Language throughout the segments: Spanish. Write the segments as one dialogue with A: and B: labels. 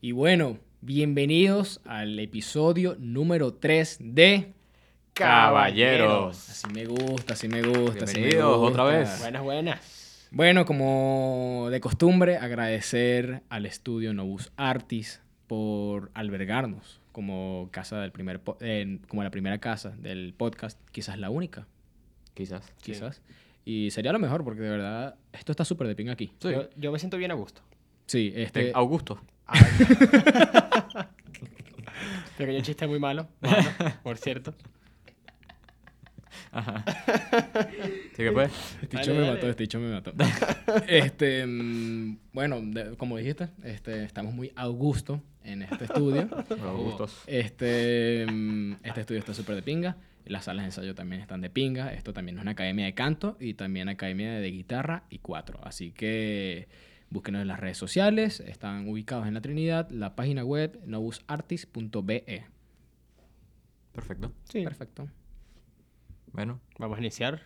A: Y bueno, bienvenidos al episodio número 3 de
B: Caballeros.
A: Así me gusta, así me gusta, así me gusta.
B: Bienvenidos otra vez.
C: Buenas, buenas.
A: Bueno, como de costumbre, agradecer al estudio Novus Artis por albergarnos como casa del primer po- eh, como la primera casa del podcast, quizás la única,
B: Quizás.
C: Sí.
A: quizás. Y sería lo mejor porque de verdad esto está súper de ping aquí.
B: Sí.
C: Yo, yo me siento bien a gusto.
A: Sí, este
B: Este, Augusto.
C: Pequeño chiste muy malo, malo, por cierto.
B: Ajá. Así que pues,
A: Este
C: Dale,
A: dicho me
C: dale.
A: mató, este dicho me mató. este, mm, bueno, de- como dijiste, este, estamos muy a gusto en este estudio.
B: los Augustos.
A: Este, mm, este estudio está súper de pinga. Las salas de ensayo también están de pinga. Esto también es una academia de canto y también academia de guitarra y cuatro. Así que búsquenos en las redes sociales. Están ubicados en la Trinidad. La página web novusartis.be.
B: Perfecto.
C: Sí.
A: Perfecto.
B: Bueno,
C: Vamos a iniciar.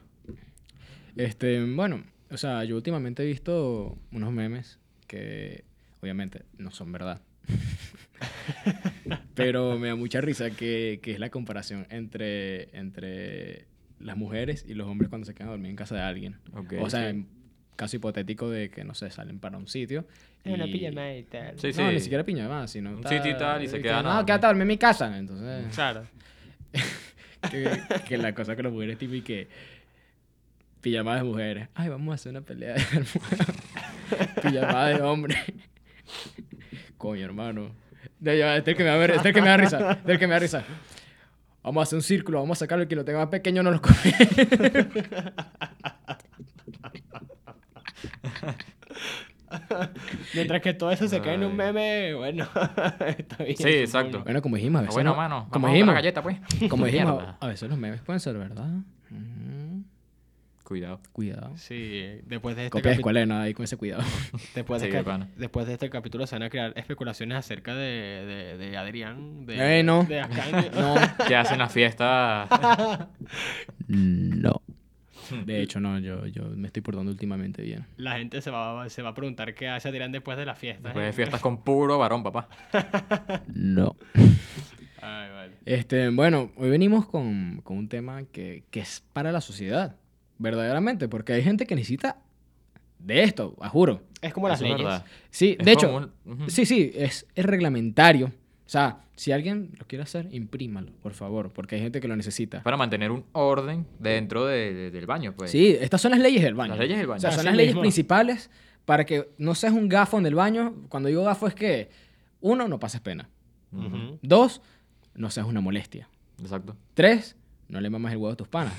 A: Este, bueno, o sea, yo últimamente he visto unos memes que obviamente no son verdad. Pero me da mucha risa que, que es la comparación entre, entre las mujeres y los hombres cuando se quedan a dormir en casa de alguien.
B: ok.
A: o sea, en caso hipotético de que, no sé, salen para un sitio.
C: Es una
A: y-
C: pijamada y tal.
B: Sí,
A: No, ni siquiera piña más, sino...
B: Un sitio y tal, y se
A: que,
B: quedan a
A: No,
B: dormir".
A: quédate a dormir en mi casa. Entonces,
C: Claro.
A: que, que la cosa que los mujeres tipo y que pijamada de mujeres ay vamos a hacer una pelea de almohada. pijamada de hombre coño hermano ya, ya, este es el que me va a ver- este es el que me da risa este es el que me da risa vamos a hacer un círculo vamos a sacarlo y que lo tenga más pequeño no lo come
C: Mientras que todo eso se cae en
B: Ay.
C: un meme, bueno, está bien.
B: Sí,
C: supongo.
B: exacto.
A: bueno como dijimos a
B: Ah,
A: veces
B: bueno,
A: no-
B: mano.
A: como
B: vamos a una
A: dijimos
B: galleta, pues.
A: como dijimos
B: Mierda.
A: a veces los memes pueden ser verdad Ujú.
B: Cuidado.
A: cuidado
C: Sí, después de este
A: copia de
C: capi-
A: escuela de nada ahí con ese cuidado
C: Después, de
B: Sí,
C: cap-
B: pana.
C: después de este capítulo se van a crear especulaciones acerca de, de, de Adrián, de,
A: Eh, no.
C: de Ascanio.
A: no
B: Que hace una fiesta.
A: No. De hecho, no, yo, yo me estoy portando últimamente bien.
C: La gente se va, se va a preguntar qué hace Adrián después de ¿eh? la fiesta.
B: Después de fiestas con puro varón, papá.
A: No.
C: Ay, vale.
A: Este, bueno, hoy venimos con, con un tema que, que es para la sociedad, verdaderamente, porque hay gente que necesita de esto, a juro.
C: Es como las
B: Eso es
C: leyes.
B: verdad.
A: Sí,
B: Es
A: de hecho,
B: como un- ujú.
A: sí, sí, es, es reglamentario. O sea, si alguien lo quiere hacer, imprímalo, por favor, porque hay gente que lo necesita.
B: Para mantener un orden dentro de- de- del baño, pues.
A: Sí, estas son las leyes del baño.
B: Las leyes del baño.
A: O sea, son
C: Así
A: las leyes
C: mismo.
A: principales para que no seas un gafo en el baño. Cuando digo gafo es que, uno, no pases pena.
B: Ujú.
A: Dos, no seas una molestia.
B: Exacto.
A: Tres, no le mamas el huevo a tus panas.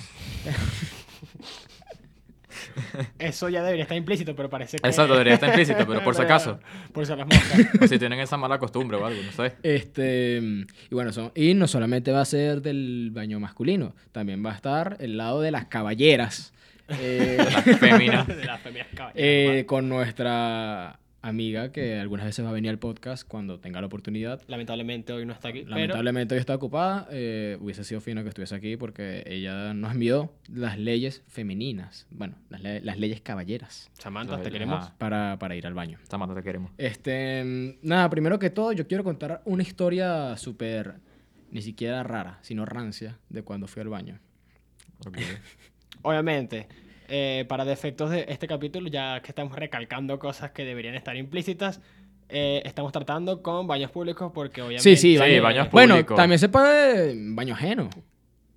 C: Eso ya debería estar implícito, pero parece que...
B: Exacto, debería estar implícito, pero por si acaso.
C: Por si a las moscas.
B: O si tienen esa mala costumbre o algo, no sé.
A: Este, y bueno, son, y no solamente va a ser del baño masculino, también va a estar el lado de las caballeras. eh,
B: Fémina.
C: de las femias caballeras.
A: eh, con nuestra amiga que algunas veces va a venir al podcast cuando tenga la oportunidad.
C: Lamentablemente hoy no está aquí.
A: Lamentablemente hoy está ocupada, eh, hubiese sido fino que estuviese aquí porque ella nos envió las leyes femeninas, bueno, las, le- las leyes caballeras
C: Pero, Samantha, te
B: Ajá.
C: queremos.
A: para, para ir al baño.
B: Samantha, te queremos.
A: Este, mm, nada, primero que todo, yo quiero contar una historia súper, ni siquiera rara, sino rancia, de cuando fui al baño.
B: Ok.
C: Obviamente, eh, para defectos de este capítulo, ya que estamos recalcando cosas que deberían estar implícitas, eh, estamos tratando con baños públicos porque obviamente...
A: Sí, sí, baño-
B: baño- baños
A: Bueno,
B: públicos.
A: también se puede baño ajeno.
B: Ah,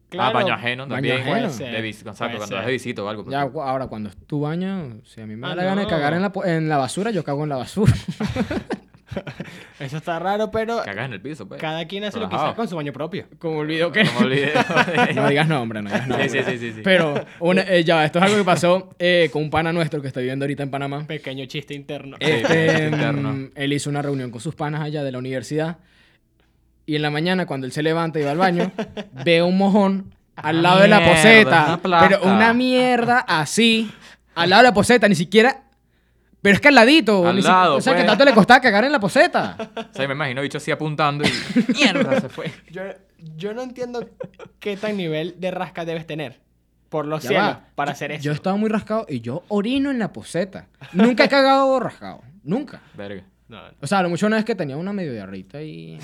C: Claro,
B: baño ajeno
A: baño
B: también.
A: ajeno.
B: De
C: Puede
B: vis-
C: ser,
B: exacto,
C: puede
B: cuando
C: ser.
B: vas de visita o algo. pues,
A: Ya, gu- ahora, cuando es tu baño, si a mí me da
C: Ah,
A: la gana de
C: no.
A: cagar en la, po- en la basura, yo cago en la basura.
C: Eso está raro, pero
B: Cagas en el piso, pues.
C: cada quien hace lo que
B: Relajado.
C: sea con su baño propio.
A: Como olvido que...
B: No me olvidé.
A: No digas nombre, no digas nombre.
B: Sí, sí, sí, sí, sí.
A: Pero, una- eh, ya, esto es algo que pasó eh, con un pana nuestro que está viviendo ahorita en Panamá.
C: Pequeño chiste interno.
B: Eh,
A: Este,
B: Sí, interno.
A: mm, él hizo una reunión con sus panas allá de la universidad. Y en la mañana, cuando él se levanta y va al baño, ve un mojón al lado de la
B: Ah, Mierda,
A: poseta.
B: una plasta.
A: pero una mierda así, al lado de la poseta, ni siquiera. Pero es que al ladito.
B: Al
A: ni si-
B: lado,
A: o sea, que
B: pues.
A: tanto le costaba cagar en la poseta.
B: O sea, me imagino bicho así apuntando y mierda se fue.
C: Yo, yo no entiendo qué tan nivel de rasca debes tener por los
A: Ya
C: cielos
A: va.
C: para hacer eso.
A: Yo estaba muy rascado y yo orino en la poseta. Nunca he cagado rascado. Nunca.
B: Verga.
C: No, no.
A: O sea, a lo mucho una vez que tenía una medio diarrita y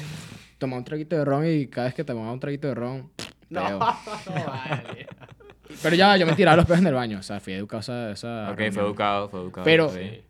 A: tomaba un traguito de ron y cada vez que tomaba un traguito de ron,
C: No,
A: peo.
C: vale.
A: Pero ya, yo me tiraba los peos en el baño. O sea, fui educado a esa... esa
B: Ok,
A: reunión.
B: fue educado, fue educado.
A: Pero-
B: está bien.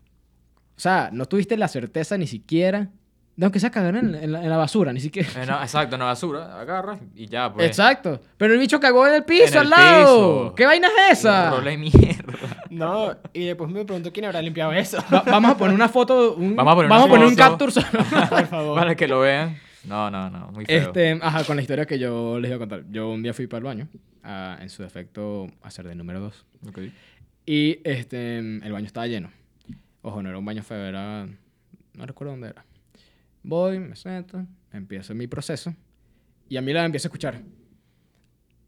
A: O sea, no tuviste la certeza ni siquiera de aunque sea cagar en, en la, en la basura, ni siquiera.
B: Eh, no, exacto, no basura, agarras y ya, pues.
A: Exacto. Pero el bicho cagó en el piso,
B: En el
A: al lado.
B: piso.
A: ¿Qué vaina es esa?
B: Un rolo de mierda.
C: No, y después me preguntó quién habrá limpiado eso.
A: Va- vamos a poner una foto. un-
B: Vamos a poner una
A: un
B: foto. Ah,
A: capture. solo.
C: Por favor.
B: Para que lo vean. No, no, no, muy feo.
A: Oh. este, ajá, con la historia que yo les iba a contar. Yo un día fui para el baño, a, en su defecto, a ser de número 2.
B: Ok.
A: Y este, el baño estaba lleno. Ojo, no era un baño feo, era. No recuerdo dónde era. Voy, me siento, empiezo mi proceso. Y a mí la empiezo a escuchar.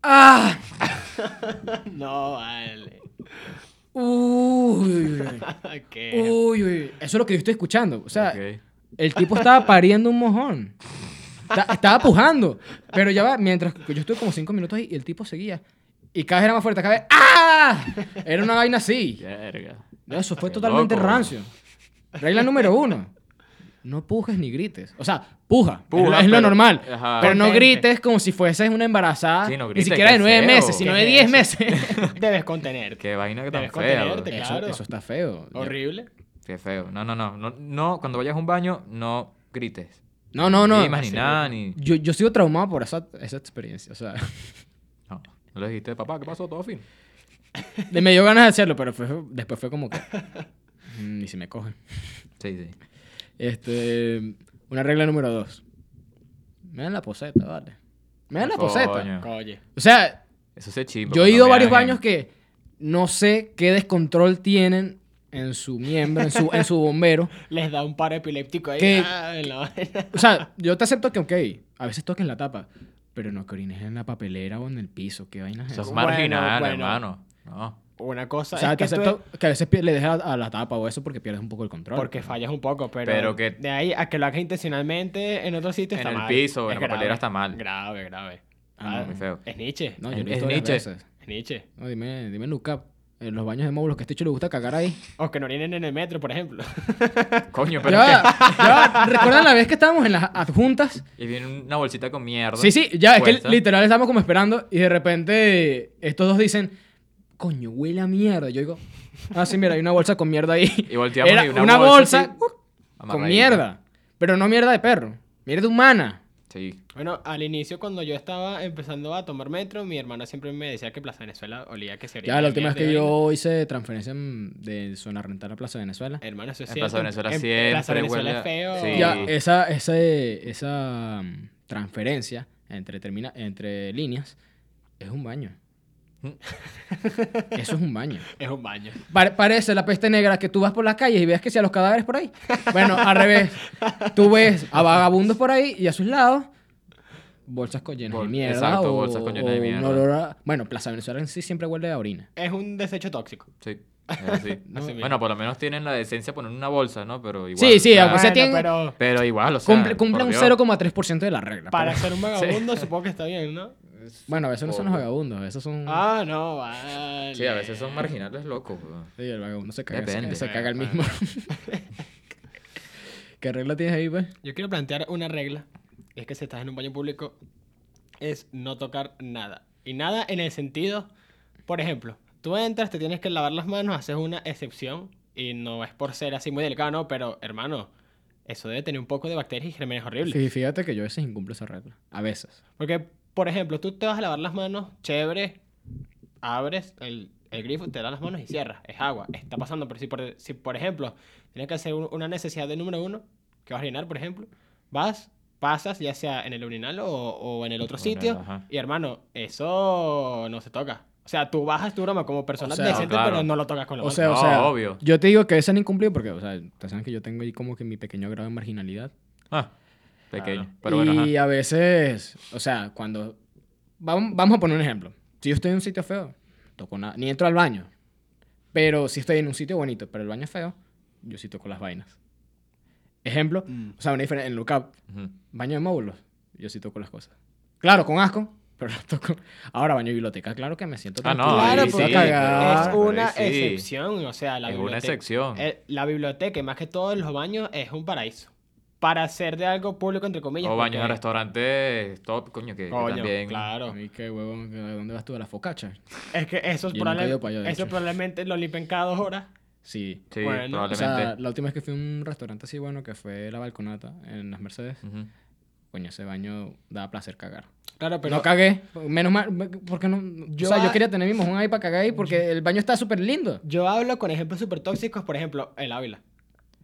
A: ¡Ah!
C: No, vale.
A: Uy, uy, uy,
B: Uh.
C: ¿Qué?
A: uy, uy. Eso es lo que yo estoy escuchando. O sea,
B: Ok.
A: el tipo estaba pariendo un mojón. Ta- estaba pujando. Pero ya va, mientras que yo estuve como cinco minutos ahí y el tipo seguía. Y cada vez era más fuerte, cada vez. ¡Ah! Era una vaina así.
B: Verga.
A: No, eso fue
B: Qué
A: totalmente
B: loco.
A: rancio. Regla número uno. No pujes ni grites. O sea, puja.
B: Puja,
A: es lo- es lo
B: pero-
A: normal.
B: ajá.
A: Pero no
C: Contente.
A: grites como si fueses una embarazada.
B: Sí, no
A: ni
B: grites,
A: siquiera
B: qué
A: de nueve
B: feo.
A: meses, sino
C: ¿Qué
A: de
C: es
A: diez
C: eso?
A: meses.
C: Debes contenerte.
B: Qué vaina que tan
C: Debes
B: fea.
C: contenerte.
B: bro.
A: Eso,
C: Claro.
A: eso está feo. Yo-
C: Horrible.
B: Qué feo. No, no, no, no. No, cuando vayas a un baño, no grites.
A: No, no, no.
B: Ni más ni nada, ni.
A: Yo, yo sigo traumado por esa, esa experiencia. O sea,
B: No. No le dijiste, papá, ¿qué pasó? Todo fin.
A: me dio ganas de hacerlo, pero fue- después fue como que. mm, Ni si me cogen.
B: Sí, sí.
A: Este, una regla número dos. Me dan la poseta, vale. Me dan la poseta.
B: Coño.
C: Oye.
A: O sea,
B: Eso sí es chimbo.
A: yo he
B: cuando
A: ido a
B: me
A: varios
B: hagan-
A: baños que no sé qué descontrol tienen en su miembro, en su, en su bombero.
C: Les da un paro epiléptico ahí.
A: ¿Qué?
C: Ah, no.
A: O sea, yo te acepto que, ok, a veces toques la tapa, pero no que orines en la papelera o en el piso. Qué vaina es
B: Eso
A: esa?
B: es
C: Bueno,
B: marginal,
C: bueno.
B: hermano. No.
C: Una cosa
A: O sea,
C: es
A: te
C: que tú-
A: acepto que a veces pi- le dejas a la tapa o eso porque pierdes un poco el control.
C: porque fallas un poco, pero,
B: Pero que-
C: de ahí a que lo hagas intencionalmente en otro sitio
B: En
C: está
B: el
C: mal.
B: piso, en
C: Es
B: la papelera
C: grave.
B: está mal.
C: Grave, grave.
A: Ah,
C: Ah,
B: Muy feo.
C: Es Nietzsche.
A: No, yo lo he
B: Es-
A: visto
B: es
A: varias
B: Nietzsche.
A: veces.
C: Es Nietzsche.
A: No, dime, dime, Luca, en los baños de módulos que a este hecho le gusta cagar ahí.
C: O que no vienen en el metro, por ejemplo.
B: Coño, pero.
A: Ya, ya, ¿recuerdan la vez que estábamos en las adjuntas?
B: ¿qué? Y viene una bolsita con mierda.
A: Sí, sí, ya, es que
B: Puesta.
A: literal estábamos como esperando y de repente estos dos dicen, coño, huele a mierda. Yo digo, ah, sí, mira, hay una bolsa con mierda ahí.
B: Y volteamos
A: Era
B: y
A: una,
B: una
A: bolsa, ¡uh!
B: bolsa,
A: con
B: Amarradita.
A: mierda, pero no mierda de perro, mierda humana.
B: Sí.
C: Bueno, al inicio cuando yo estaba empezando a tomar metro, mi hermana siempre me decía que Plaza Venezuela olía que se
A: Ya, la última vez que yo hice transferencia mm, de zona rental a Plaza Venezuela.
C: Hermano, eso es
B: En Plaza
C: cierto.
B: Venezuela
C: En
B: siempre
C: Plaza Venezuela
B: huele
C: es
B: a-
C: feo.
B: Sí.
A: Ya, esa, ese- esa mm, transferencia entre, termina, entre líneas es un baño.
B: ¿Mm?
A: Eso es un baño.
C: Es un baño.
A: Pare- parece la peste negra que tú vas por las calles y ves que si a los cadáveres por ahí. Bueno, al revés. Tú ves a vagabundos por ahí y a sus lados bolsas con llenas de
B: Bol-
A: mierda.
B: exacto,
A: o-
B: bolsas con llenas de
A: o un
B: mierda.
A: olor a- bueno, Plaza Venezuela en sí siempre huele a orina.
C: Es un desecho tóxico.
B: Sí. es así.
C: Así mismo.
B: Bueno, por lo menos tienen la decencia de poner una bolsa, ¿no? Pero igual.
A: Sí, sí,
B: o sea,
A: aunque sea- pues,
C: Bueno,
A: tiene-
C: pero
B: Pero igual, o sea.
A: Cumple, cumple
B: por
A: un
B: Dios.
A: 0,3% de la regla.
C: para
A: pero-
C: ser un vagabundo supongo que está bien, ¿no?
A: bueno, a veces no son los
B: Pobre.
A: vagabundos, esos son...
C: Ah, no, vale.
B: Sí, a veces son marginales locos. weón.
A: Sí, el vagabundo se caga,
B: Depende.
A: se, se caga el
C: Ah.
A: mismo. ¿Qué regla tienes ahí, pues?
C: Yo quiero plantear una regla. y Es que si estás en un baño público, es no tocar nada. Y nada en el sentido, por ejemplo, tú entras, te tienes que lavar las manos, haces una excepción. Y no es por ser así muy delicado, no, pero hermano, eso debe tener un poco de bacterias y gérmenes horribles.
A: Fí- Fíjate que yo a veces incumplo esa regla. A veces.
C: Porque, por ejemplo, tú te vas a lavar las manos, chévere, abres el, el grifo, te das las manos y cierras. Es agua, está pasando. Pero si, por, si, por ejemplo, tienes que hacer un- una necesidad de número uno, que vas a orinar, por ejemplo, vas, pasas, ya sea en el urinal o, o en el otro
B: Urinal,
C: sitio,
B: ajá.
C: y hermano, eso no se toca. O sea, tú bajas tu broma como persona
A: O sea,
C: decente,
B: claro.
C: pero no lo tocas con la
A: O
C: mano.
A: sea, o
B: No,
A: sea,
B: obvio.
A: yo te digo que a veces han incumplido porque, o sea, ustedes saben que yo tengo ahí como que mi pequeño grado de marginalidad.
B: Ah, pequeño.
C: Claro.
B: Pero bueno,
A: y
B: ajá.
A: a veces, o sea, cuando... Vamos, vamos a poner un ejemplo. Si yo estoy en un sitio feo, toco nada, ni entro al baño. Pero si estoy en un sitio bonito, pero el baño es feo, yo sí toco las vainas. Ejemplo,
C: Mm.
A: o sea, una diferencia en Lookup,
B: Ujú.
A: baño de módulos, yo sí toco las cosas. Claro, con asco, pero no toco. Ahora baño y biblioteca, claro que me siento
B: Ah, no,
A: tranquilo.
B: ahí
C: Claro,
A: Me
B: sí,
A: voy a
C: porque
A: cagar.
C: es una
B: Ahí sí.
C: excepción, o sea, la
B: Es una
C: biblioteca.
B: excepción.
C: eh, la biblioteca, y más que todos los baños, es un paraíso. Para hacer de algo público, entre comillas.
B: O baños de
C: porque-
B: restaurantes top, coño, que, que
C: Coño,
B: también.
C: claro.
A: A mí qué huevón, ¿a ¿dónde vas tú? ¿A la focacha?
C: Es que eso, es
A: Yo nunca he ido
C: probable-
A: para allá, de
C: eso
A: hecho.
C: probablemente lo limpian cada dos horas.
A: Sí.
B: Sí,
C: Bueno,
A: O sea,
B: probablemente.
A: la última vez que fui a un restaurante así bueno, que fue La Balconata, en las Mercedes,
B: Ujú.
A: coño, ese baño daba placer cagar.
C: Claro, pero.
A: no cagué, menos mal, porque no...
C: Yo
A: o sea, yo
C: a-
A: quería tener mi mojón ahí para cagar ahí porque el baño está súper lindo.
C: Yo hablo con ejemplos súper tóxicos, por ejemplo, el Ávila.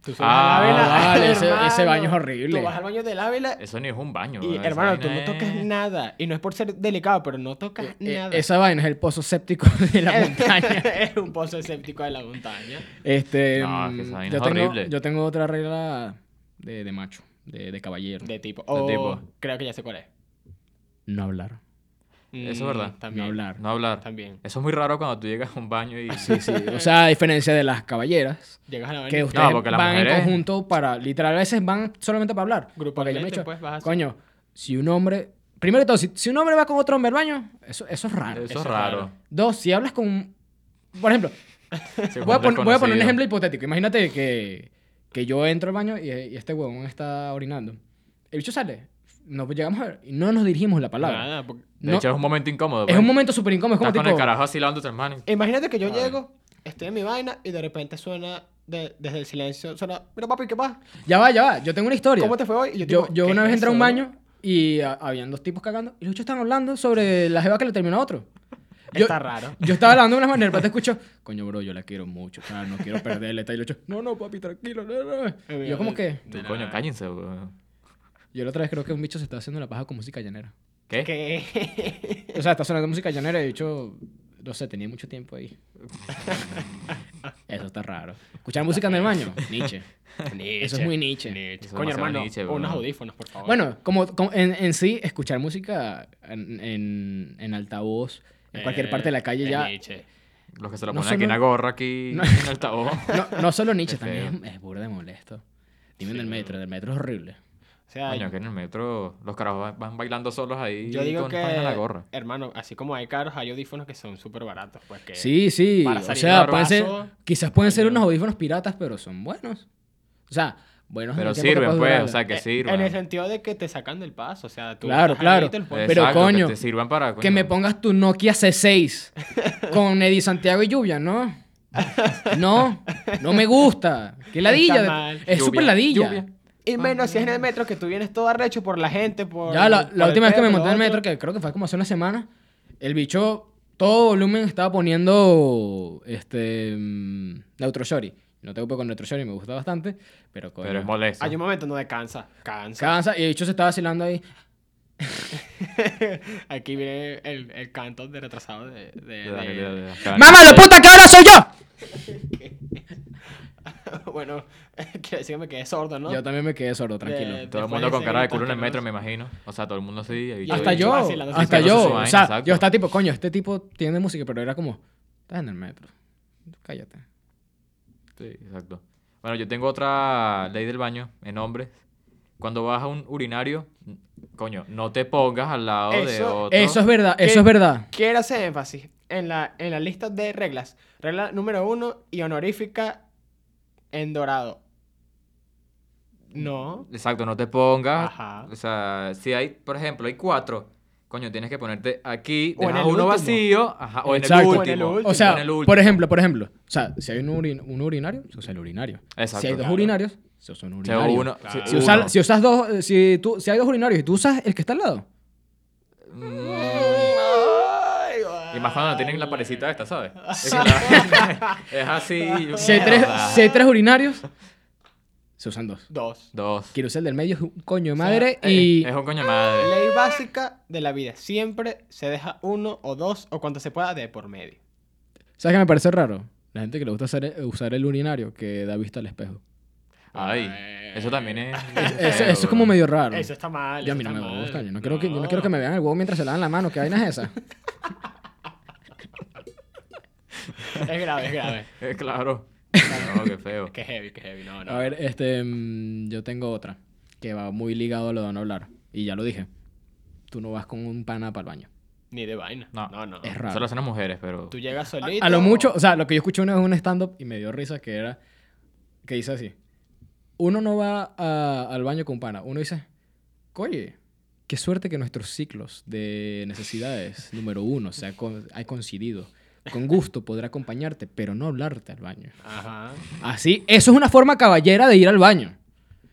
C: Tú subes
B: Ah,
C: al Ávila.
A: vale, ese-
C: hermano,
A: ese baño es horrible. Eh,
C: Tú vas al baño del Ávila
B: Eso ni es un baño.
C: y,
B: weón, esa
C: hermano, tú no
B: vaina eh.
C: tocas
B: es-
C: nada. Y no es por ser delicado, pero no tocas
A: Eh,
C: nada.
A: esa vaina es el pozo séptico de la montaña.
C: es un pozo escéptico de la montaña.
A: Este,
B: No, es que
A: mm,
B: esa vaina
A: yo,
B: es
A: tengo,
B: horrible.
A: yo tengo otra regla de, de macho, de, de caballero.
C: De tipo.
B: De
C: O
B: tipo.
C: creo que ya sé cuál es.
A: No hablar.
C: Mm,
B: es verdad.
A: No hablar.
B: No hablar.
C: También.
B: Eso es muy raro cuando tú llegas a un baño y.
A: Sí, sí. O sea, a diferencia de las caballeras,
C: Llegas a la
A: que
C: baño.
A: ustedes
B: porque las
A: van en
B: mujeres-
A: conjunto para, literal, a veces van solamente para hablar. Porque yo me he
C: Grupalmente,
A: dicho,
C: pues, vas así.
A: coño, si un hombre, primero de todo, si, si un hombre va con otro hombre al baño, eso, eso es raro.
B: Eso,
C: Eso
B: es
C: es
B: raro.
A: Dos, si hablas con, un- por ejemplo,
B: Sí,
A: voy a,
B: cuando
A: pon-
B: es
A: voy a poner un
B: conocido.
A: ejemplo hipotético. Imagínate que, que yo entro al baño y, y este huevón está orinando. El bicho sale, nos llegamos a ver y no nos dirigimos la palabra.
C: Nada, porque-
B: De
A: No-
B: hecho, es un momento incómodo.
A: Es
B: pues.
A: un momento súper incómodo. Es como
B: Estás con el
A: tipo,
B: carajo así lavándote, hermano. y-
C: Imagínate que yo llego, estoy en mi vaina y de repente suena de- desde el silencio, suena, pero papi, ¿qué pasa?
A: ya va, ya va. Yo tengo una historia.
C: ¿Cómo te fue hoy? Y
A: yo
C: tipo,
A: yo
C: ¿qué
A: una vez
C: es
A: entré a un
C: eso,
A: baño y a- habían dos tipos cagando y los chicos estaban hablando sobre la jeva que le terminó a otro. Yo,
C: Está raro.
A: Yo estaba hablando de una manera, pero te escucho, coño, bro, yo la quiero mucho, tal, no quiero perderle. tal", Y los chicos, no, no, papi, tranquilo. no, no". Y yo como que,
B: Tú, coño, cállense, weón.
A: yo la otra vez creo que un bicho se está haciendo la paja con música llanera.
B: ¿Qué?
C: Que...
A: O sea, está sonando música llanera y el bicho, no sé, tenía mucho tiempo ahí. Eso está raro. ¿Escuchar música en el baño? Nietzsche. Eso es muy Nietzsche.
B: Eso es
C: Coño,
B: demasiado
C: hermano,
B: Nietzsche,
C: unos
B: weón.
C: audífonos, por favor.
A: Bueno, como, como en, en sí, escuchar música en, en, en altavoz, en cualquier
C: Eh,
A: parte de la calle
C: es
A: ya.
C: Nietzsche.
B: Los que se lo
A: No
B: ponen aquí en
A: solo-
B: la gorra, aquí
A: No.
B: en el tabón.
A: No, no solo Nietzsche,
B: Qué feo.
A: también es, es burda de molesto. Dime
C: Sí,
A: del metro, del metro es horrible.
C: O sea,
B: Coño, que en el metro los carajos van- van bailando solos ahí
C: yo digo
B: con
C: que,
B: vaina en la gorra.
C: hermano, así como hay caros, hay audífonos que son súper baratos, pues que...
A: Sí, sí.
C: para
A: O
C: salir
A: sea,
C: del
A: pueden ser,
C: paso,
A: quizás pueden ser
C: coño.
A: unos audífonos piratas, pero son buenos. O sea, buenos en
B: Pero
A: el tiempo que
B: sirven,
A: puedes
B: pues,
A: durar.
B: o sea, que
C: Eh,
B: sirvan.
C: En el sentido de que te sacan del paso, o sea, tú...
A: Claro,
C: estás ahí
A: claro.
C: y te lo pones.
A: Eh, pero,
B: Exacto,
A: coño,
B: Que te sirvan para.
A: Que
B: coño,
A: me pongas tu Nokia C6 con Eddie Santiago y Lluvia, ¿no? No, no me gusta. Qué ladilla.
C: mal.
A: Es
B: Lluvia,
A: súper ladilla.
B: lluvia.
C: Y menos si es en el metro que tú vienes todo arrecho por la gente, por...
A: Ya la, la
C: por el
A: última vez que me
C: pedo, por
A: monté en el
C: lo
A: metro,
C: otro.
A: que creo que fue como hace una semana, el bicho, todo volumen estaba poniendo este mm, Neutro Shorty. No tengo pues con Neutro Shorty, me gusta bastante, pero coño,
B: Pero es molesto.
C: Hay un momento donde cansa, cansa.
A: cansa y el bicho se estaba vacilando ahí.
C: Aquí viene el, el canto de retrasado de... de-
B: De- de-
C: de-
B: de- de- de-
A: ¡Mamá, la
B: de-
A: puta que ahora soy yo!
C: bueno, quiero decir que me quedé sordo, ¿no?
A: Yo también me quedé sordo, tranquilo.
C: De-
B: Todo el
C: después
B: mundo
C: de
B: con
C: ese
B: cara de
C: grito
B: culo en el
C: que no
B: metro,
C: sé.
B: me imagino. O sea, todo el mundo así. y-
A: hasta
B: y-
A: yo,
C: vacilando, sí,
A: hasta
B: sí,
A: yo.
B: sí, sí,
A: O
B: sí,
A: sea,
B: exacto.
A: yo estaba tipo, coño, este tipo tiene música, pero era como, estás en el metro. Cállate.
B: Sí, exacto. Bueno, yo tengo otra ley del baño en hombres. Cuando vas a un urinario, coño, no te pongas al lado de
C: Eso-
B: otro.
A: Eso es verdad,
C: ¿Qué?
A: eso es verdad.
C: Quiero hacer énfasis en la, en la lista de reglas. Regla número uno y honorífica en dorado. No.
B: Exacto, no te
A: Ah.
B: pongas.
C: Ajá.
B: O sea, si hay, por ejemplo, hay cuatro, coño, tienes que ponerte aquí,
C: O en
B: dejas
C: el
B: uno
C: último.
B: vacío, ajá, o en
A: Exacto.
B: el
A: O en
B: último.
C: el último.
A: O sea,
B: en el último.
A: por ejemplo, por ejemplo, o sea, si hay un, urin- un urinario, se usa el urinario.
B: Exacto,
A: si hay dos
B: claro.
A: urinarios, se usa un
B: O sea,
A: urinario.
B: uno-
C: Claro.
A: si,
B: uno.
A: usa- si usas dos, eh, si, tú, si hay dos urinarios y tú usas el que está al lado.
B: Mm, Y más cuando no tienen la parecita esta, ¿sabes? Es, la- es así. yo-
A: Si hay, tres,
B: Mierda.
A: si hay tres urinarios, se usan dos.
C: Dos.
B: Dos.
A: Quiero usar el del medio, es un coño de madre
B: Eh,
A: y...
B: Es un coño de madre.
C: Ley básica de la vida. Siempre se deja uno o dos o cuanto se pueda de por medio.
A: ¿Sabes qué me parece raro? La gente que le gusta hacer- eh, usar el urinario que da vista al espejo.
B: Ay, eso también es.
A: Eso, eso es como medio raro.
C: Eso está mal.
A: Yo a
C: eso
A: mí no
C: está
A: me
C: mal.
A: gusta. Yo no, Quiero que, yo no quiero que me vean el huevo mientras se lavan la mano. ¿Qué vaina es esa?
C: Es grave, es grave.
B: Eh, claro. No, qué feo.
C: Qué heavy, qué heavy. No, no.
A: A ver, este, mm, yo tengo otra que va muy ligado a lo de no hablar. Y ya lo dije. Tú no vas con un pana para el baño.
C: Ni de vaina.
B: No.
C: no. no.
A: Es raro.
B: Solo hacen las mujeres, pero.
C: Tú llegas
A: A-
C: solito.
A: A lo mucho, o sea, lo que yo escuché una vez en un stand-up y me dio risa que era que dice así: Uno no va a- al baño con pana, uno dice, oye, qué suerte que nuestros ciclos de necesidades, número uno, se ha, con- ha coincidido. Con gusto podrá acompañarte, pero no hablarte al baño.
C: Ajá.
A: Así, eso es una forma caballera de ir al baño.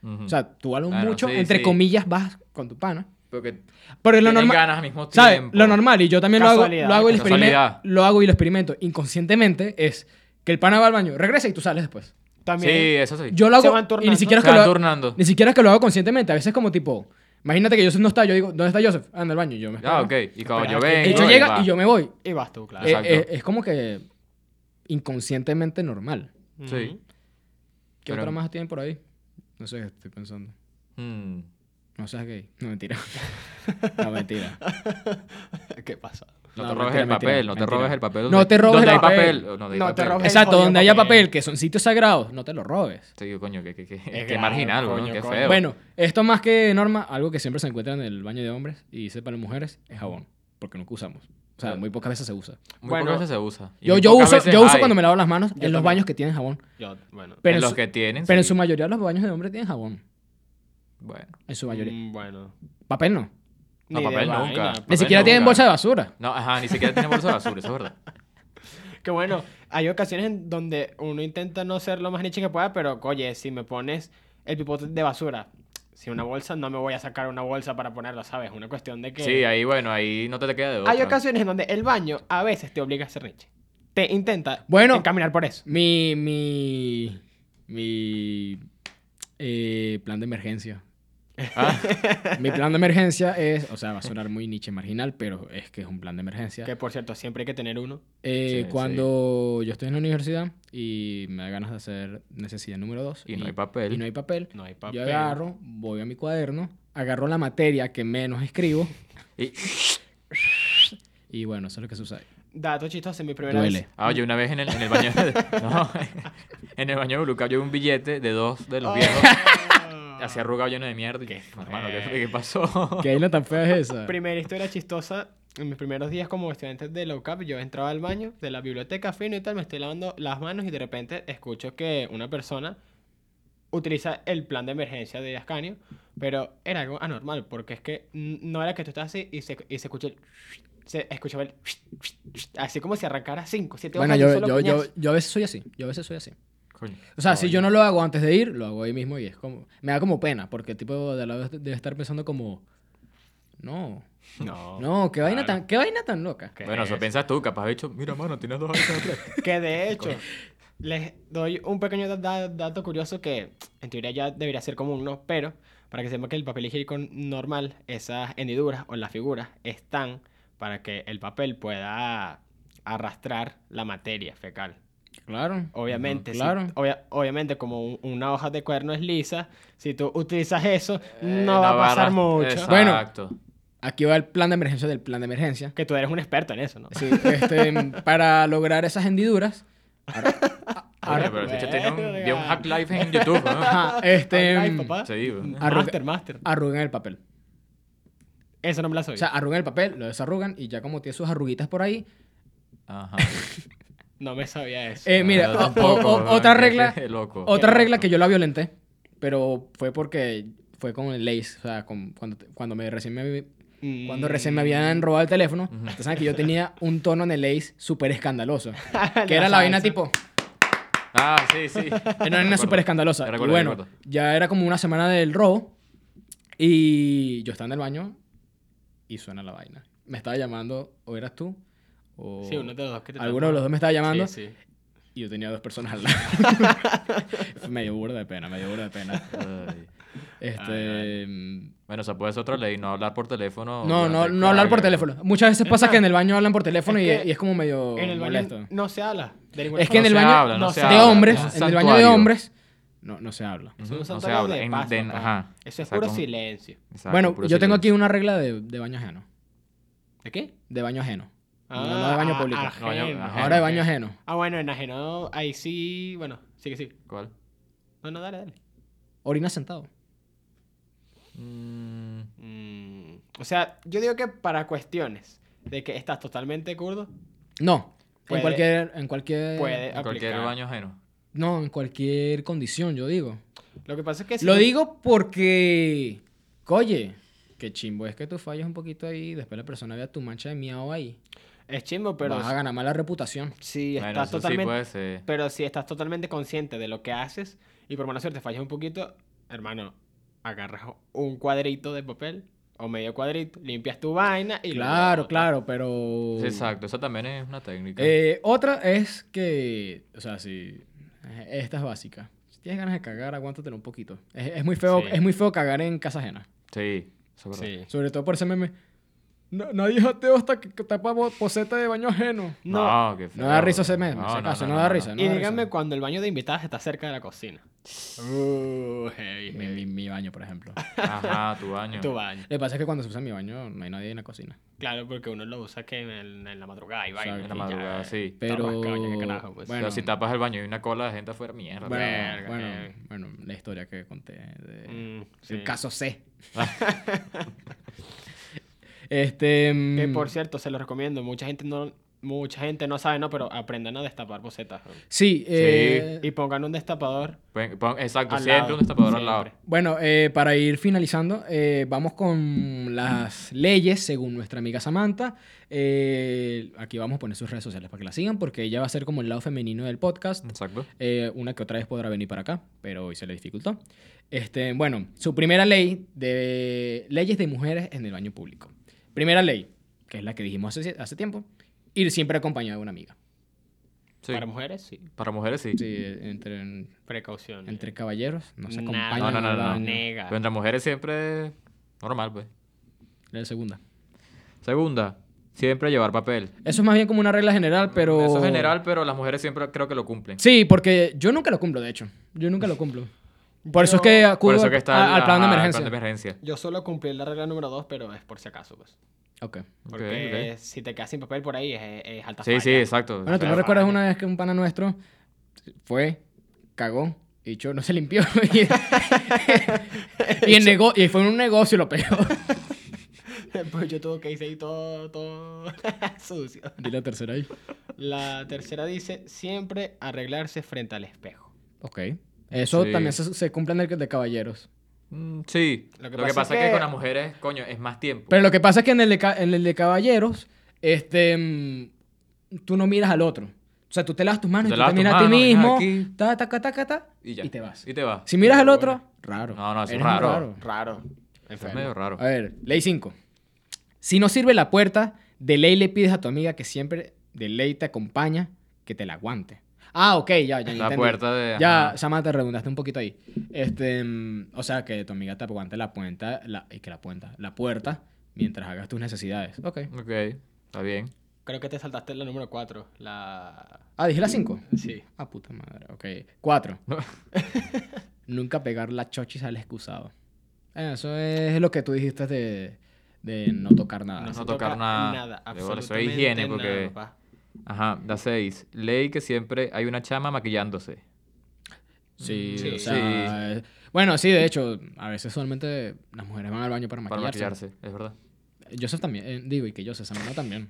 B: Ujú.
A: O sea, tú a lo
B: Claro,
A: mucho,
B: sí,
A: entre
B: sí.
A: comillas, vas con tu pana.
B: Porque
A: Pero lo
B: tienen
A: normal.
B: ganas al mismo
A: ¿Sabes?
B: tiempo.
A: Lo normal, y yo también lo hago,
C: Casualidad.
A: lo, hago y lo
B: Casualidad.
A: experimento, lo hago y lo experimento inconscientemente, es que el pana va al baño, regresa y tú sales después.
C: También.
B: Sí, eso sí.
A: Yo lo
C: Se
A: hago y
C: van
A: ni
C: turnando.
A: siquiera, es
B: Se
A: que lo,
B: van
A: hago-
B: turnando.
A: ni siquiera es que lo hago conscientemente, a veces como tipo, imagínate que Joseph no está, yo digo, ¿dónde está Joseph? Anda al baño, y yo me espero.
B: Ah, ok. Y cuando yo
C: Espera, que-
A: El
B: vengo.
A: bicho
B: y
A: llega
B: va. Ah,
A: y yo me voy.
C: Y vas tú, claro.
A: Eh,
B: Exacto.
A: eh, es como que inconscientemente normal.
C: Ujú.
B: sí.
A: ¿Qué
B: Pero-
A: otra más tienen por ahí? No sé, estoy pensando.
B: Mm.
A: No seas gay. No, mentira. no, mentira.
C: ¿Qué pasa?
B: No,
A: No,
B: te robes
A: mentira,
B: el
A: mentira,
B: papel, no te
A: mentira.
B: robes el papel.
A: No
B: donde-
A: te robes
B: donde
A: el
B: hay
A: papel.
B: donde hay
C: No te
B: papel.
C: robes
A: Exacto,
C: jodido
A: donde haya
C: papel.
A: papel, que son sitios sagrados, no te lo robes.
B: Sí, coño, que, que, que, que
C: claro,
B: marginal, weón,
C: coño,
B: qué
C: coño.
B: feo.
A: Bueno, esto más que norma, algo que siempre se encuentra en el baño de hombres y sepa las mujeres, es jabón. Porque nunca usamos. O sea, muy pocas veces se usa.
B: muy
C: bueno.
B: pocas veces se usa. Y
A: Yo,
B: muy
A: yo
B: pocas
A: uso,
B: veces
A: yo uso
B: hay.
A: cuando me lavo las manos en
C: Yo
A: los
C: también.
A: baños que tienen jabón.
C: Yo, bueno.
A: Pero
B: en
A: en
B: los
A: su-
B: que tienen.
A: Pero en
B: sí.
A: su mayoría los baños de hombres tienen jabón.
B: Bueno.
A: En su mayoría.
C: Mm, Bueno.
A: Papel no.
C: Ni
B: No,
C: de
B: papel
C: vaina,
B: nunca.
A: Ni
B: Papel
A: siquiera
B: no,
A: tienen
B: claro.
A: bolsa de basura.
B: No, ajá, ni siquiera tiene bolsa de basura, eso es verdad.
C: Que bueno, hay ocasiones en donde uno intenta no ser lo más niche que pueda, pero oye, si me pones el pipote de basura, si una bolsa, no me voy a sacar una bolsa para ponerla, ¿sabes? Una cuestión de que.
B: Sí, ahí, bueno, ahí no te, te queda de otra.
C: hay ocasiones en donde el baño a veces te obliga a ser niche. Te intenta
A: Bueno.
C: encaminar por eso.
A: Mi. Mi. Mi. eh, plan de emergencia.
B: Ah,
A: Mi plan de emergencia es. O sea, va a sonar muy niche marginal, pero es que es un plan de emergencia.
C: Que por cierto, siempre hay que tener uno.
A: Eh,
B: Sí,
A: cuando yo estoy en la universidad y me da ganas de hacer necesidad número 2
B: Y no hay papel.
A: y no hay papel,
C: No hay papel.
A: yo agarro, voy a mi cuaderno, agarro la materia que menos escribo
B: y-
A: y bueno, eso es lo que sucede.
C: Dato chistoso, en mi primera
A: Duele.
C: vez.
B: Ah, oye, una vez en el, en el baño de, no, en el baño de Luca yo vi un billete de dos de los viejos así arrugado lleno de mierda. y, hermano, ¿qué, qué pasó?
A: ¿Qué isla tan fea es esa?
C: Primera historia chistosa. En mis primeros días como estudiante de low cap, yo entraba al baño de la biblioteca fino y tal, me estoy lavando las manos y de repente escucho que una persona utiliza el plan de emergencia de Ascanio, pero era algo anormal, porque es que n- no era que tú estás así y se, y se escucha el... Se escuchaba el... Así como si arrancara 5, 7
A: Bueno, yo, yo, yo, yo a veces soy así, yo a veces soy así.
B: Coño.
A: O sea, si yo no lo hago antes de ir, lo hago ahí mismo y es como... Me da como pena, porque el tipo de la debe estar pensando como... No,
B: Oh,
C: No,
A: no, qué vaina,
C: claro.
A: tan, qué vaina tan loca.
C: ¿Qué
B: Bueno,
C: es
B: eso piensas tú, capaz bicho, mira, mano, tienes dos avisas atrás.
C: Que de hecho, les doy un pequeño da- da- dato curioso que en teoría ya debería ser común, ¿no? Pero para que sepan que el papel higiénico normal, esas hendiduras o las figuras están para que el papel pueda arrastrar la materia fecal.
A: Claro.
C: Obviamente, si-
A: Claro.
C: obvia- obviamente como un- una hoja de cuerno es lisa, si tú utilizas eso, no
B: Eh,
C: va a
B: la
C: pasar
B: barra-
C: mucho.
A: Bueno.
B: Exacto.
A: Aquí va el plan de emergencia del plan de emergencia.
C: Que tú eres un experto en eso, ¿no?
A: Sí, este, para lograr esas hendiduras.
B: Oye, pero el bicho tiene un, vio un hack life en YouTube, ¿no?
A: Ajá, este,
C: Ay, papá.
B: Sí, pues. güey.
A: Arruga-
C: Master, master.
A: arrugan el papel.
C: Eso no me la soy.
A: O sea, arrugan el papel, lo desarrugan y ya como tiene sus arruguitas por ahí.
B: Ajá.
C: no me sabía eso.
A: Eh, mira,
B: Yo
A: o-
B: Ah, tampoco,
A: o-
B: weón,
A: otra
B: qué-
A: regla-
B: qué loco.
A: Otra
C: loco.
A: regla que yo la violenté, pero fue porque fue con el lace, o sea, con- cuando, cuando me recién me eh, cuando recién me
B: Mm.
A: habían robado el teléfono, ustedes saben que yo tenía un tono en el lace súper escandaloso, que era la vaina tipo
B: Ah, sí, sí.
A: Era una nena súper escandalosa.
B: Te
A: Y
B: recuerdo, te
A: bueno,
B: recuerdo.
A: ya era como una semana del robo. Y yo estaba en el baño y suena la vaina. Me estaba llamando, o eras tú, o
C: Sí, uno de los dos que te
A: alguno de los dos me estaba llamando.
C: Sí, sí.
A: Y yo tenía dos personas al lado. me dio burda de pena, me dio burda de pena.
B: Ay.
A: Este, mm,
B: Bueno, o sea, puede ser otra ley, no hablar por teléfono.
A: no, no,
B: durante el
A: no hablar por
B: cambio.
A: teléfono. Muchas veces pasa que en el baño hablan por teléfono y,
C: Es que
A: y es como medio
C: En el baño
A: molesto.
C: no se habla. de ninguna
A: Es que en
B: No
A: el
B: se
A: baño
B: habla, no
A: de
B: se habla.
A: hombres, en
B: Es un
A: el baño de
B: santuario.
A: hombres, no, no se habla.
B: Ujú,
C: Es un
B: No se
C: santuario
B: habla.
C: de
B: en-
C: paz,
B: de-
C: papá.
B: ajá.
C: Eso es
B: Exacto,
C: puro
B: un-
C: silencio.
B: exacto,
A: bueno,
B: puro
A: yo tengo aquí
B: silencio.
A: una regla de, de baño ajeno.
C: ¿De qué?
A: De baño ajeno. no, no de baño
C: ah,
A: público.
C: ajeno,
B: Baño- ajeno,
A: Ahora de
B: ok.
A: baño ajeno.
C: Ah, bueno, en ajeno, ahí sí. Bueno, sí que sí.
B: ¿Cuál?
C: No, no, dale, dale.
A: Orina sentado.
B: Mm,
C: Mm, o sea, yo digo que para cuestiones de que estás totalmente kurdo,
A: No.
C: Puede-
A: en cualquier. En cualquier.
C: puede
B: En cualquier
C: aplicar.
B: baño ajeno.
A: No, en cualquier condición, yo digo.
C: Lo que pasa es que si
A: Lo
C: tú-
A: digo porque. Oye, qué chimbo es que tú fallas un poquito ahí y después la persona vea tu mancha de miau ahí.
C: es chimbo,
A: Pero
C: pero
A: vas a ganar mala reputación.
C: si
B: bueno,
C: estás
B: eso
C: totalmente
B: sí puede ser.
C: Pero si estás totalmente consciente de lo que haces y por mala suerte fallas un poquito, hermano, agarras un cuadrito de papel o medio cuadrito, limpias tu vaina y lo
A: claro,
C: botas.
A: claro, pero.
B: Exacto, eso también es una técnica.
A: Eh, otra es que, o sea, si esta es básica. Si tienes ganas de cagar, aguántatelo un poquito. Es, es muy feo,
C: Sí.
A: es muy feo cagar en casa ajena.
B: sí, eso es verdad.
C: Sí.
A: Sobre todo por ese meme. "Na- nadie es ateo hasta que que tapa bo- poseta de baño ajeno.
C: No.
B: No, qué feo.
A: No da risa ese meme, si acaso, no da risa, ¿no?
C: Y
A: eso.
C: díganme cuando el baño de invitadas está cerca de la cocina. Uh, heavy,
A: Mi, mi- mi baño, por ejemplo.
B: Ajá, tu baño.
C: Tu baño.
A: Lo que pasa es que cuando se usa mi baño, no hay nadie en la cocina.
C: Claro, porque uno lo usa que en, el- en la madrugada y vaina.
B: En la
C: y ya. eh.
B: madrugada, sí.
A: Pero.
C: Tapas, coño, qué carajo, pues.
B: Pero
A: Bueno,
B: si tapas el baño y hay una cola de gente afuera, mierda.
A: bueno,
C: verga,
A: bueno,
C: eh.
A: bueno, la historia que conté de-
C: Mm,
A: El
C: sí.
A: caso C. este.
C: Que
A: mm,
C: por cierto, se lo recomiendo. Mucha gente no, mucha gente no sabe, ¿no? Pero aprendan a destapar bocetas. ¿no?
A: Sí. eh,
C: Y pongan un destapador
B: Pon- pon- Pues, exacto,
C: Al
B: siempre
C: lado,
B: un destapador al lado.
C: siempre.
A: Bueno, eh, para ir finalizando, eh, vamos con las leyes según nuestra amiga Samantha. Eh, aquí vamos a poner sus redes sociales para que la sigan, porque ella va a ser como el lado femenino del podcast.
B: Exacto.
A: Eh, una que otra vez podrá venir para acá, pero hoy se le dificultó. Este, bueno, su primera ley de leyes de mujeres en el baño público. Primera ley, que es la que dijimos hace, hace tiempo, ir siempre acompañado de una amiga.
B: Sí.
C: para
B: Para,
C: mujeres, sí.
B: mujeres, sí.
A: Sí, entre,
C: Precaución. eh.
A: entre caballeros no se
C: Nada.
A: acompañan
B: No, no, no,
A: al
B: no, no.
A: baño.
C: Nega.
B: Pero entre mujeres siempre es normal, pues.
A: La segunda.
B: Segunda, siempre llevar papel.
A: Eso es más bien como una regla general, pero...
B: Eso es general, pero las mujeres siempre creo que lo cumplen.
A: Sí, porque yo nunca lo cumplo, de hecho. Yo nunca lo cumplo. Por eso es que acudo
B: Por eso
A: al-
B: que está
A: a- al
B: el-
A: plan de
B: ajá, al
A: emergencia.
B: emergencia.
C: Yo solo cumplí la regla número dos, pero es por si acaso, pues.
A: Ok.
B: Ok,
C: Porque
B: ok.
C: si te quedas sin papel por ahí es, es alta
B: Sí,
C: falla.
B: sí, exacto.
A: Bueno, tú
B: Claro.
A: no recuerdas una vez que un pana nuestro fue, cagó, y yo no se limpió. y, y en nego- y fue en un negocio y lo pegó.
C: pues yo tuve que irse ahí todo, todo sucio.
A: Di la tercera ahí.
C: La tercera dice, siempre arreglarse frente al espejo.
A: Ok. Eso
B: Sí.
A: también se, se cumple en el de caballeros.
B: Mm, Sí. Lo que, pasa es que... con las mujeres, coño, es más tiempo.
A: Pero lo que pasa es que en el de, ca- en el de caballeros, este, mm, tú no miras al otro. O sea, tú te lavas tus manos,
B: Te
A: y tú
B: lavas
A: te
B: tus
A: miras a ti
B: manos,
A: mismo,
B: aquí.
A: ta, ta, ca, ta, ca, ta,
B: y ya.
A: te vas.
B: Y te vas.
A: Si miras al otro, raro.
B: No, no, eso es
A: Eres muy
B: raro.
C: Raro.
B: Es medio raro.
A: A ver, ley 5. Si no sirve la puerta, de ley le pides a tu amiga que siempre de ley te acompaña, que te la aguante. Ah, ok, ya, ya, ya
B: La
A: entendí.
B: puerta de-
A: Ya,
B: ajá.
A: Sama, te redundaste un poquito ahí. Este, mm, o sea, que tu amiga te aguante la puerta, la, y que la puerta, la puerta, mientras hagas tus necesidades. Ok.
B: Ok, está bien.
C: Creo que te saltaste la número cuatro. La...
A: Ah, dije la 5.
C: Sí.
A: Ah, puta madre. Ok. 4. Nunca pegar la chochis al excusado. Eh, Eso es lo que tú dijiste de, de no tocar nada.
C: No,
B: Ah, No
C: se
B: tocar
C: toca
B: nada.
C: nada.
B: De bola, eso
C: Absolutamente
B: es higiene, porque-
C: nada, papá.
B: Ajá, la 6. Ley que siempre hay una chama maquillándose.
A: Mm, Sí,
C: Sí.
A: o sea, eh, bueno, sí, de hecho, a veces solamente las mujeres van al baño para
B: Para
A: maquillarse.
B: maquillarse, es verdad.
A: Joseph también, eh, digo, y que Joseph Samano también.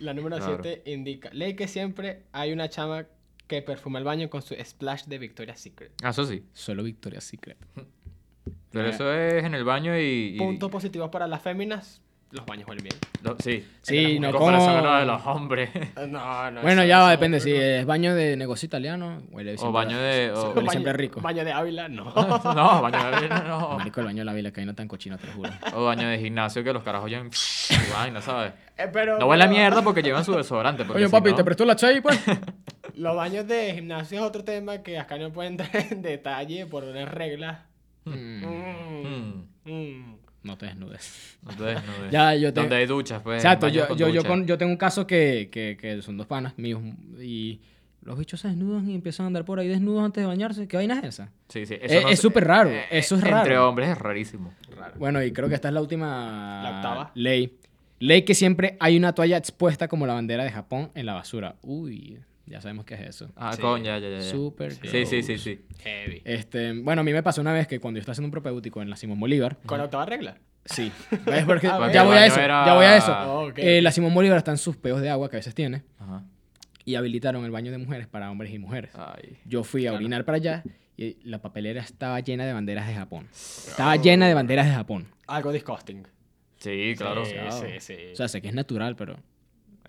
C: La número
B: Claro.
C: 7 indica, ley que siempre hay una chama que perfuma el baño con su splash de Victoria's Secret.
B: Ah, eso sí.
A: Solo Victoria's Secret.
B: Pero
A: Eh.
B: eso es en el baño y. y-
C: Puntos positivos para las féminas, los baños huelen bien.
B: lo- sí.
A: Sí,
B: En
A: no
B: comparación
A: como-
B: a lo de los hombres.
C: Ah, No, no.
A: Bueno, ya va, depende. Si es baño de negocio italiano, huele
B: o
A: siempre-
B: baño de. o-
A: huele siempre rico.
C: Baño de Ávila, no.
B: no, baño de. No.
A: Marico, el baño de la vila que hay no tan cochino, te lo juro.
B: O baño de gimnasio que los carajos oyen. y vaina, ¿sabes?
C: Eh, pero,
B: No huele a
C: pero
B: mierda porque llevan su desodorante. porque
A: Oye,
B: si
A: papi,
B: no-
A: ¿te prestó la chai, pues?
C: Los baños de gimnasio es otro tema que acá no pueden entrar en detalle por unas reglas.
A: Mm,
C: Mm,
B: Mm,
C: mm.
A: no te desnudes.
B: entonces no es-
A: Ya, yo te-
B: Donde Pues, hay duchas, pues.
A: Exacto,
B: baños
A: yo, yo, yo,
B: ducha.
A: con- yo tengo un caso que, que, que son dos panas míos y los bichos se desnudan y empiezan a andar por ahí desnudos antes de bañarse. ¿Qué vaina es esa?
B: Sí, sí.
A: Eh,
B: no
A: es
B: se-
A: súper raro,
B: eh,
A: eso es
B: Entre
A: raro.
B: hombres es rarísimo.
A: Bueno, y creo que esta es la última
C: La octava.
A: ley. Ley que siempre hay una toalla expuesta como la bandera de Japón en la basura. Uy, Ya sabemos qué es eso.
B: Ah,
C: Sí.
B: coño, ya, ya, ya. ya.
A: Súper
B: Sí, sí, sí,
A: close.
B: sí.
C: Heavy.
A: Este, bueno, a mí me pasó una vez que cuando yo estaba haciendo un propéutico en la Simón
B: Mm.
A: Bolívar,
C: Con la octava regla.
A: sí, ¿ves? Porque
C: Ah,
A: ya
C: bueno.
A: voy a eso,
B: Era-
A: ya voy a eso.
B: Ah.
C: Ok.
A: Eh, la Simón Bolívar está en sus peos de agua que a veces tiene
B: Ajá.
A: y habilitaron el baño de mujeres para hombres y mujeres.
B: Ay.
A: Yo fui a orinar para allá y la papelera estaba llena de banderas de Japón. Estaba llena de banderas de Japón.
C: Algo disgusting.
B: Sí, claro.
C: Sí,
A: Claro.
C: sí, sí.
A: O sea, sé que es natural, pero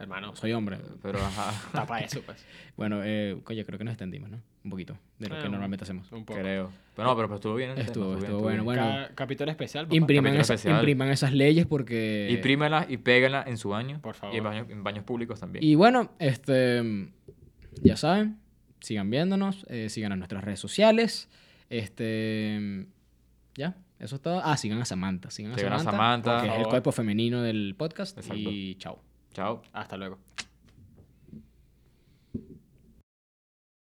C: Hermano,
A: soy hombre.
B: Pero ajá.
C: tapa eso, pues.
A: Bueno, eh, coño, creo que nos extendimos, ¿no? Un poquito de lo
C: Ah,
A: que
C: un-
A: normalmente hacemos.
C: Un poco.
B: Creo. Pero no, pero pues estuvo bien. el tema,
A: Estuvo,
B: bien,
A: estuvo bueno.
B: bien.
A: Bueno,
C: Ca- capítulo especial, papá.
A: impriman,
B: Capítulo
A: esa-
B: especial.
A: impriman esas leyes porque...
B: Imprímelas y péguenlas en su baño.
C: Por favor.
B: Y en baños, en baños públicos también.
A: Y bueno, este, ya saben, sigan viéndonos, eh, sigan a nuestras redes sociales. Este, ya, eso es todo. Ah, sigan a Samantha, sigan a
B: Sigan a
A: Samantha, que
B: Samantha.
A: es el
C: Por favor.
A: cuerpo femenino del podcast.
B: Exacto.
A: Y chao.
B: Chao.
C: Hasta luego.